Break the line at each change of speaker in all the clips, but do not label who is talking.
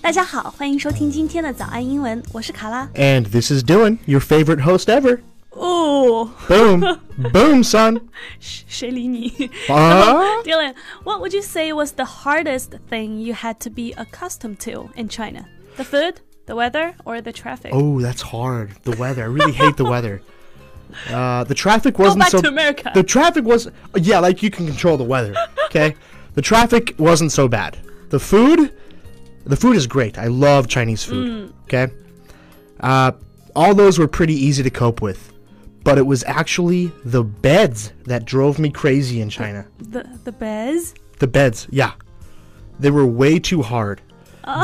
大家好，欢迎收听今天的早安英文，我是卡拉。
And this is Dylan, your favorite host ever.
哦，
Boom. Boom, son.
谁谁理你
Ah?
？Dylan，what would you say was the hardest thing you had to be accustomed to in China? The food, the weather, or the traffic?
Oh, that's hard. The weather. I really hate the weather. Uh, the traffic
Go
wasn't
back
so.
to America.
The traffic was. uh, Yeah, like you can control the weather. Okay? the traffic wasn't so bad. The food. The food is great. I love Chinese
Mm.
food. Okay? Uh, all those were pretty easy to cope with. But it was actually the beds that drove me crazy in China.
The the beds.
The beds, yeah. They were way too hard.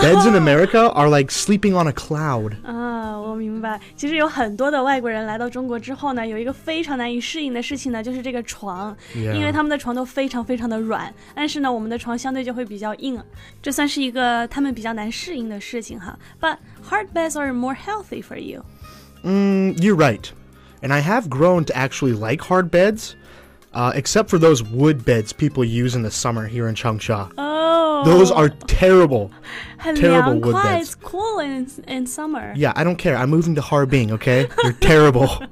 Beds in America are like sleeping on a cloud.
啊，我明白。其实有很多的外国人来到中国之后呢，有一个非常难以适应的事情呢，就是这个床
Yeah
因为他们的床都非常非常的软，但是呢，我们的床相对就会比较硬，这算是一个他们比较难适应的事情哈。But hard beds are more healthy for you.
Mm, you're right. And I have grown to actually like hard beds, uh, except for those wood beds people use in the summer here in Changsha.
Oh,
Those are terrible.
很
terrible
凉
wood
快
beds.
，It's cool in in summer，
Yeah, I don't care. I'm moving to Harbin, okay? They're terrible.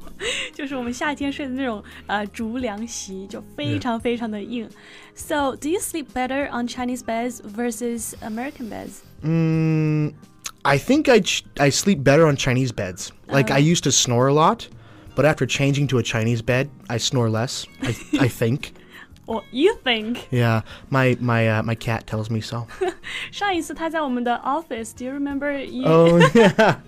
就是我们夏天睡的那种呃竹凉席，就非
Yeah
常非常的硬。So do you sleep better on Chinese beds versus American beds?
Mm, I think I, ch- I sleep better on Chinese beds. Like, I used to snore a lot, but after changing to a Chinese bed, I snore less, I, I think.
Well, you think.
Yeah, my my uh, my cat tells me so.
上一次他在我们的 office, do you remember you?
Oh yeah,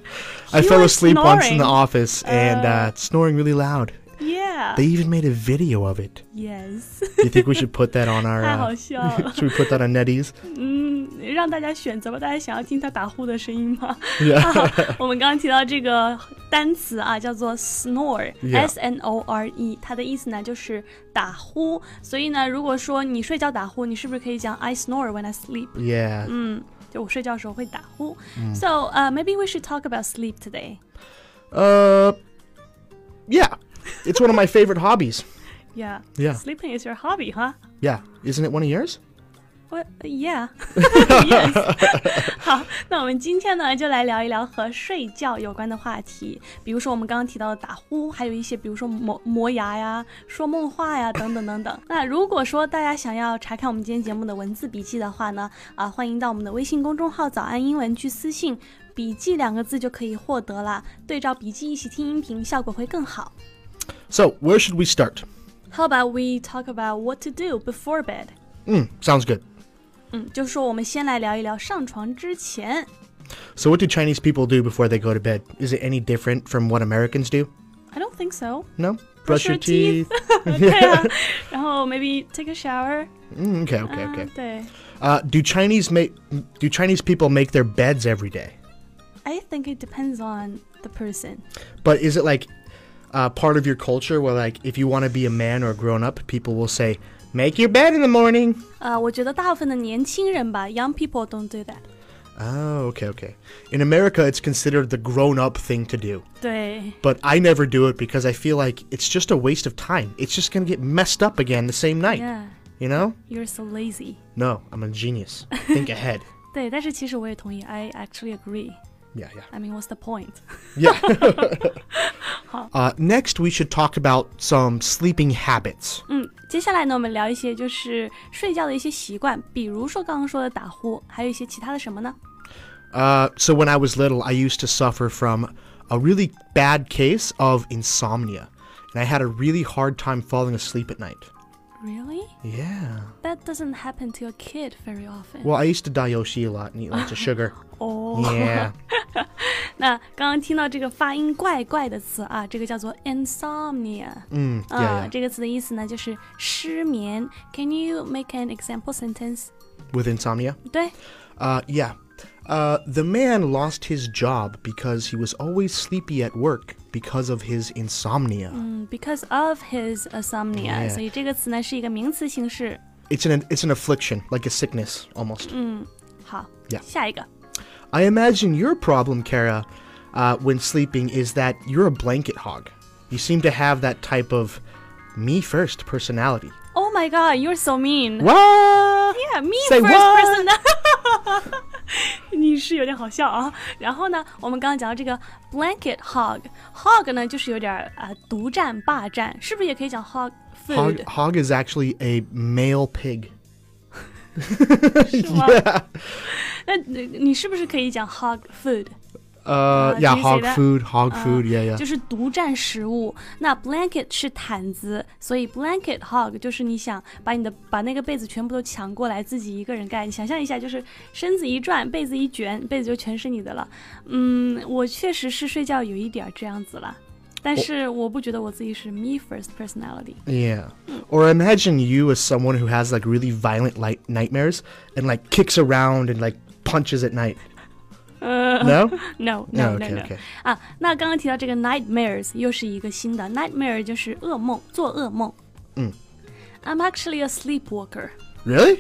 I
He
fell
was
asleep once
snoring.
in the office and uh, snoring really loud.
yeah.
They even made a video of it.
yes.
You think we should put that on our?
太好
Uh,
笑了。
should we put that on Nettie's?
嗯，让大家选择吧。大家想要听他打呼的声音吗？
Yeah.
我们刚刚提到这个单词啊，叫做 snore，S
Yeah.
N O R E，它的意思呢就是打呼。所以呢，如果说你睡觉打呼，你是不是可以讲 I snore when I sleep？
Yeah.
Mm. 就我睡觉的时候会打呼。So, uh, maybe we should talk about sleep today.
Uh, yeah. It's one of my favorite hobbies.
Yeah.
Yeah.
Sleeping is your hobby, huh?
Yeah. Isn't it one of yours?
What? 呃 Yeah. yes. 好，那我们今天呢，就来聊一聊和睡觉有关的话题，比如说我们刚刚提到的打呼，还有一些比如说磨磨牙呀、说梦话呀等等等等。那如果说大家想要查看我们今天节目的文字笔记的话呢，啊，欢迎到我们的微信公众号“早安英文”去私信“笔记”两个字就可以获得啦。对照笔记一起听音频，效果会更好。
So where should we start?
How about we talk about what to do before bed？
Mm, sounds good.
嗯，就说我们先来聊一聊上床之前。
So what do Chinese people do before they go to bed? Is it any different from what Americans do?
I don't think so.
No.
Brush your teeth. 对啊，然后 Oh, maybe take a shower. Um,
Mm, okay. Okay.
啊
Okay.
对
Uh, do Chinese make do Chinese people make their beds every day?
，I think it depends on the person.
But is it like uh, part of your culture where like if you want to be a man or a grown up, people will say make your bed in the morning?
啊、Uh, 我觉得大部分的年轻人吧，young people don't do that.
Oh, okay, okay. In America, it's considered the grown up thing to do,
对，
but I never do it because I feel like it's just a waste of time. It's just gonna get messed up again the same night.
yeah,
You know?
you're so lazy.
No, I'm a genius. Think ahead.
对，但是其实我也同意，I actually agree.
Yeah, yeah.
I mean, what's the point?
Yeah. uh, next, we should talk about some sleeping habits.
嗯，接下来呢，我们聊一些就是睡觉的一些习惯，比如说刚刚说的打呼，还有一些其他的什么呢？
Uh, so when I was little, I used to suffer from a really bad case of insomnia, and I had a really hard time falling asleep at night.
Really?
Yeah.
That doesn't happen to a kid very often. Oh.
Well, I used to die yoshi a lot and eat lots of sugar.
哦
Yeah.
那刚刚听到这个发音怪怪的词啊，这个叫做 insomnia。
Mm,
啊、
yeah, yeah.
这个词的意思呢就是失眠。Can you make an example sentence？
With insomnia.
对
Uh, yeah. Uh, the man lost his job because he was always sleepy at work because of his insomnia.
嗯，because of his insomnia，、
Yeah.
所以这个词呢是一个名词形式。
It's an it's an affliction, like a sickness almost.
好
Yeah.
下一个。
I imagine your problem, Kara, uh, when sleeping is that you're a blanket hog. You seem to have that type of me first personality.
Oh my god, you're so mean.
What?
Yeah, me
Say
first
what?
person. 你近视有点好笑啊。然后呢，我们刚刚讲到这个 blanket hog，hog 呢就是有点儿啊、呃独占霸占，是不是也可以讲 hog
Hog,
food？
hog is actually a male pig. Uh,
是 吗？那你你是不是可以讲 hog food？
Uh,
Uh,
yeah,
do you say
hog
that?
food, hog
Uh,
food. Yeah, yeah.
就是独占食物。那 blanket 是毯子，所以 blanket hog 就是你想把你的把那个被子全部都抢过来，自己一个人盖。你想象一下，就是身子一转，被子一卷，被子就全是你的了。嗯，我确实是睡觉有一点儿这样子了。但是我不觉得我自己是 me first personality，
Yeah. Or imagine you as someone who has like really violent light nightmares and like kicks around and like punches at night.
呃
No?
no
No,
no no
okay,
no
okay.
啊，那刚刚提到这个 nightmares 又是一个新的 nightmare 就是噩梦，做噩梦。
嗯
，I'm actually a sleepwalker。
Really?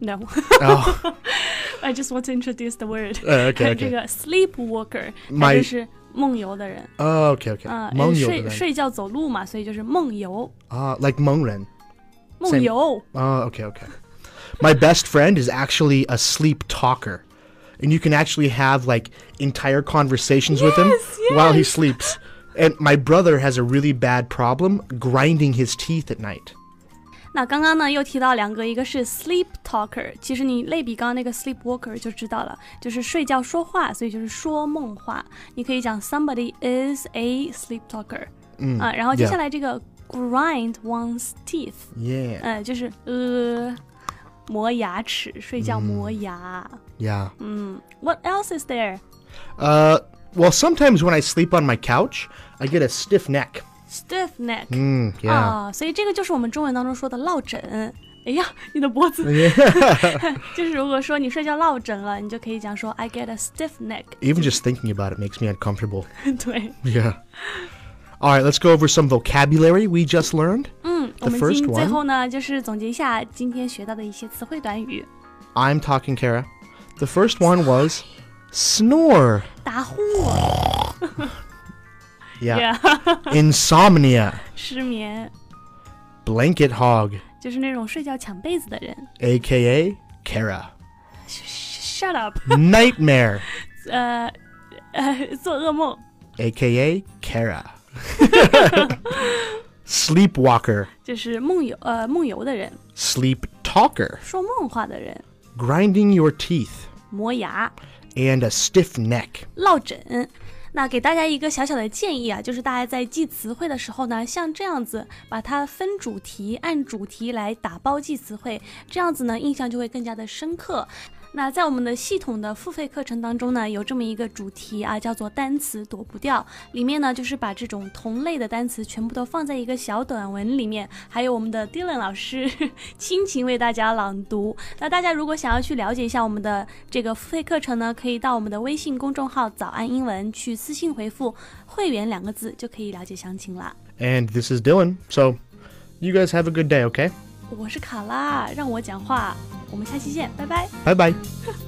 No,
Oh,
I just want to introduce the word.
uh, okay,
这
okay.
个 sleepwalker，它
My-
就是梦游的人
Oh, okay, okay.
啊、呃
Mong
睡睡觉走路嘛，所以就是梦游，
Ah, like Mong Ren.
梦游。
Oh, okay, okay. My best friend is actually a sleep talker. And you can actually have like entire conversations with him
Yes,
while he
yes.
sleeps. And my brother has a really bad problem grinding his teeth at night.
那刚刚呢又提到两个，一个是 sleep talker，其实你类比刚刚那个 sleepwalker 就知道了，就是睡觉说话，所以就是说梦话。你可以讲 somebody is a sleep talker，嗯啊，然后接
yeah
下来这个 grind one's teeth，
Yeah.
呃，就是呃磨牙齿，睡觉磨牙。
Yeah.
mm. What else is there？
Uh, well, sometimes when I sleep on my couch, I get a stiff neck.
stiff neck、
Mm, yeah.
啊，所以这个就是我们中文当中说的落枕。哎呀，你的脖子
哎
就是如果说你睡觉落枕了，你就可以讲说 I get a stiff neck。
Even just thinking about it makes me uncomfortable.
对，
Yeah. All right, let's go over some vocabulary we just learned.
嗯，我
The
们
first
今
one
最后呢，就是总结一下今天学到的一些词汇短语。
I'm talking, Kara. The first one was snore.
打呼
Yeah.
Yeah，
Insomnia.
失眠
Blanket hog,
就是那种睡觉抢被子的人。
aka Kara.
Shut up，
Nightmare,
呃呃，做噩梦，
aka Kara. Sleepwalker,
就是梦游呃梦游的人，
sleep talker,
说梦话的人，
grinding your teeth.
磨牙。
and a stiff neck.
落枕。那给大家一个小小的建议啊，就是大家在记词汇的时候呢，像这样子把它分主题，按主题来打包记词汇，这样子呢印象就会更加的深刻。那在我们的系统的付费课程当中呢，有这么一个主题啊，叫做单词躲不掉。里面呢，就是把这种同类的单词全部都放在一个小短文里面，还有我们的 Dylan 老师亲情为大家朗读。那大家如果想要去了解一下我们的这个付费课程呢，可以到我们的微信公众号“早安英文”去私信回复“会员”两个字，就可以了解详情啦。
And this is Dylan. So, you guys have a good day, okay?
我是卡拉，让我讲话，我们下期见，拜拜。
Bye bye.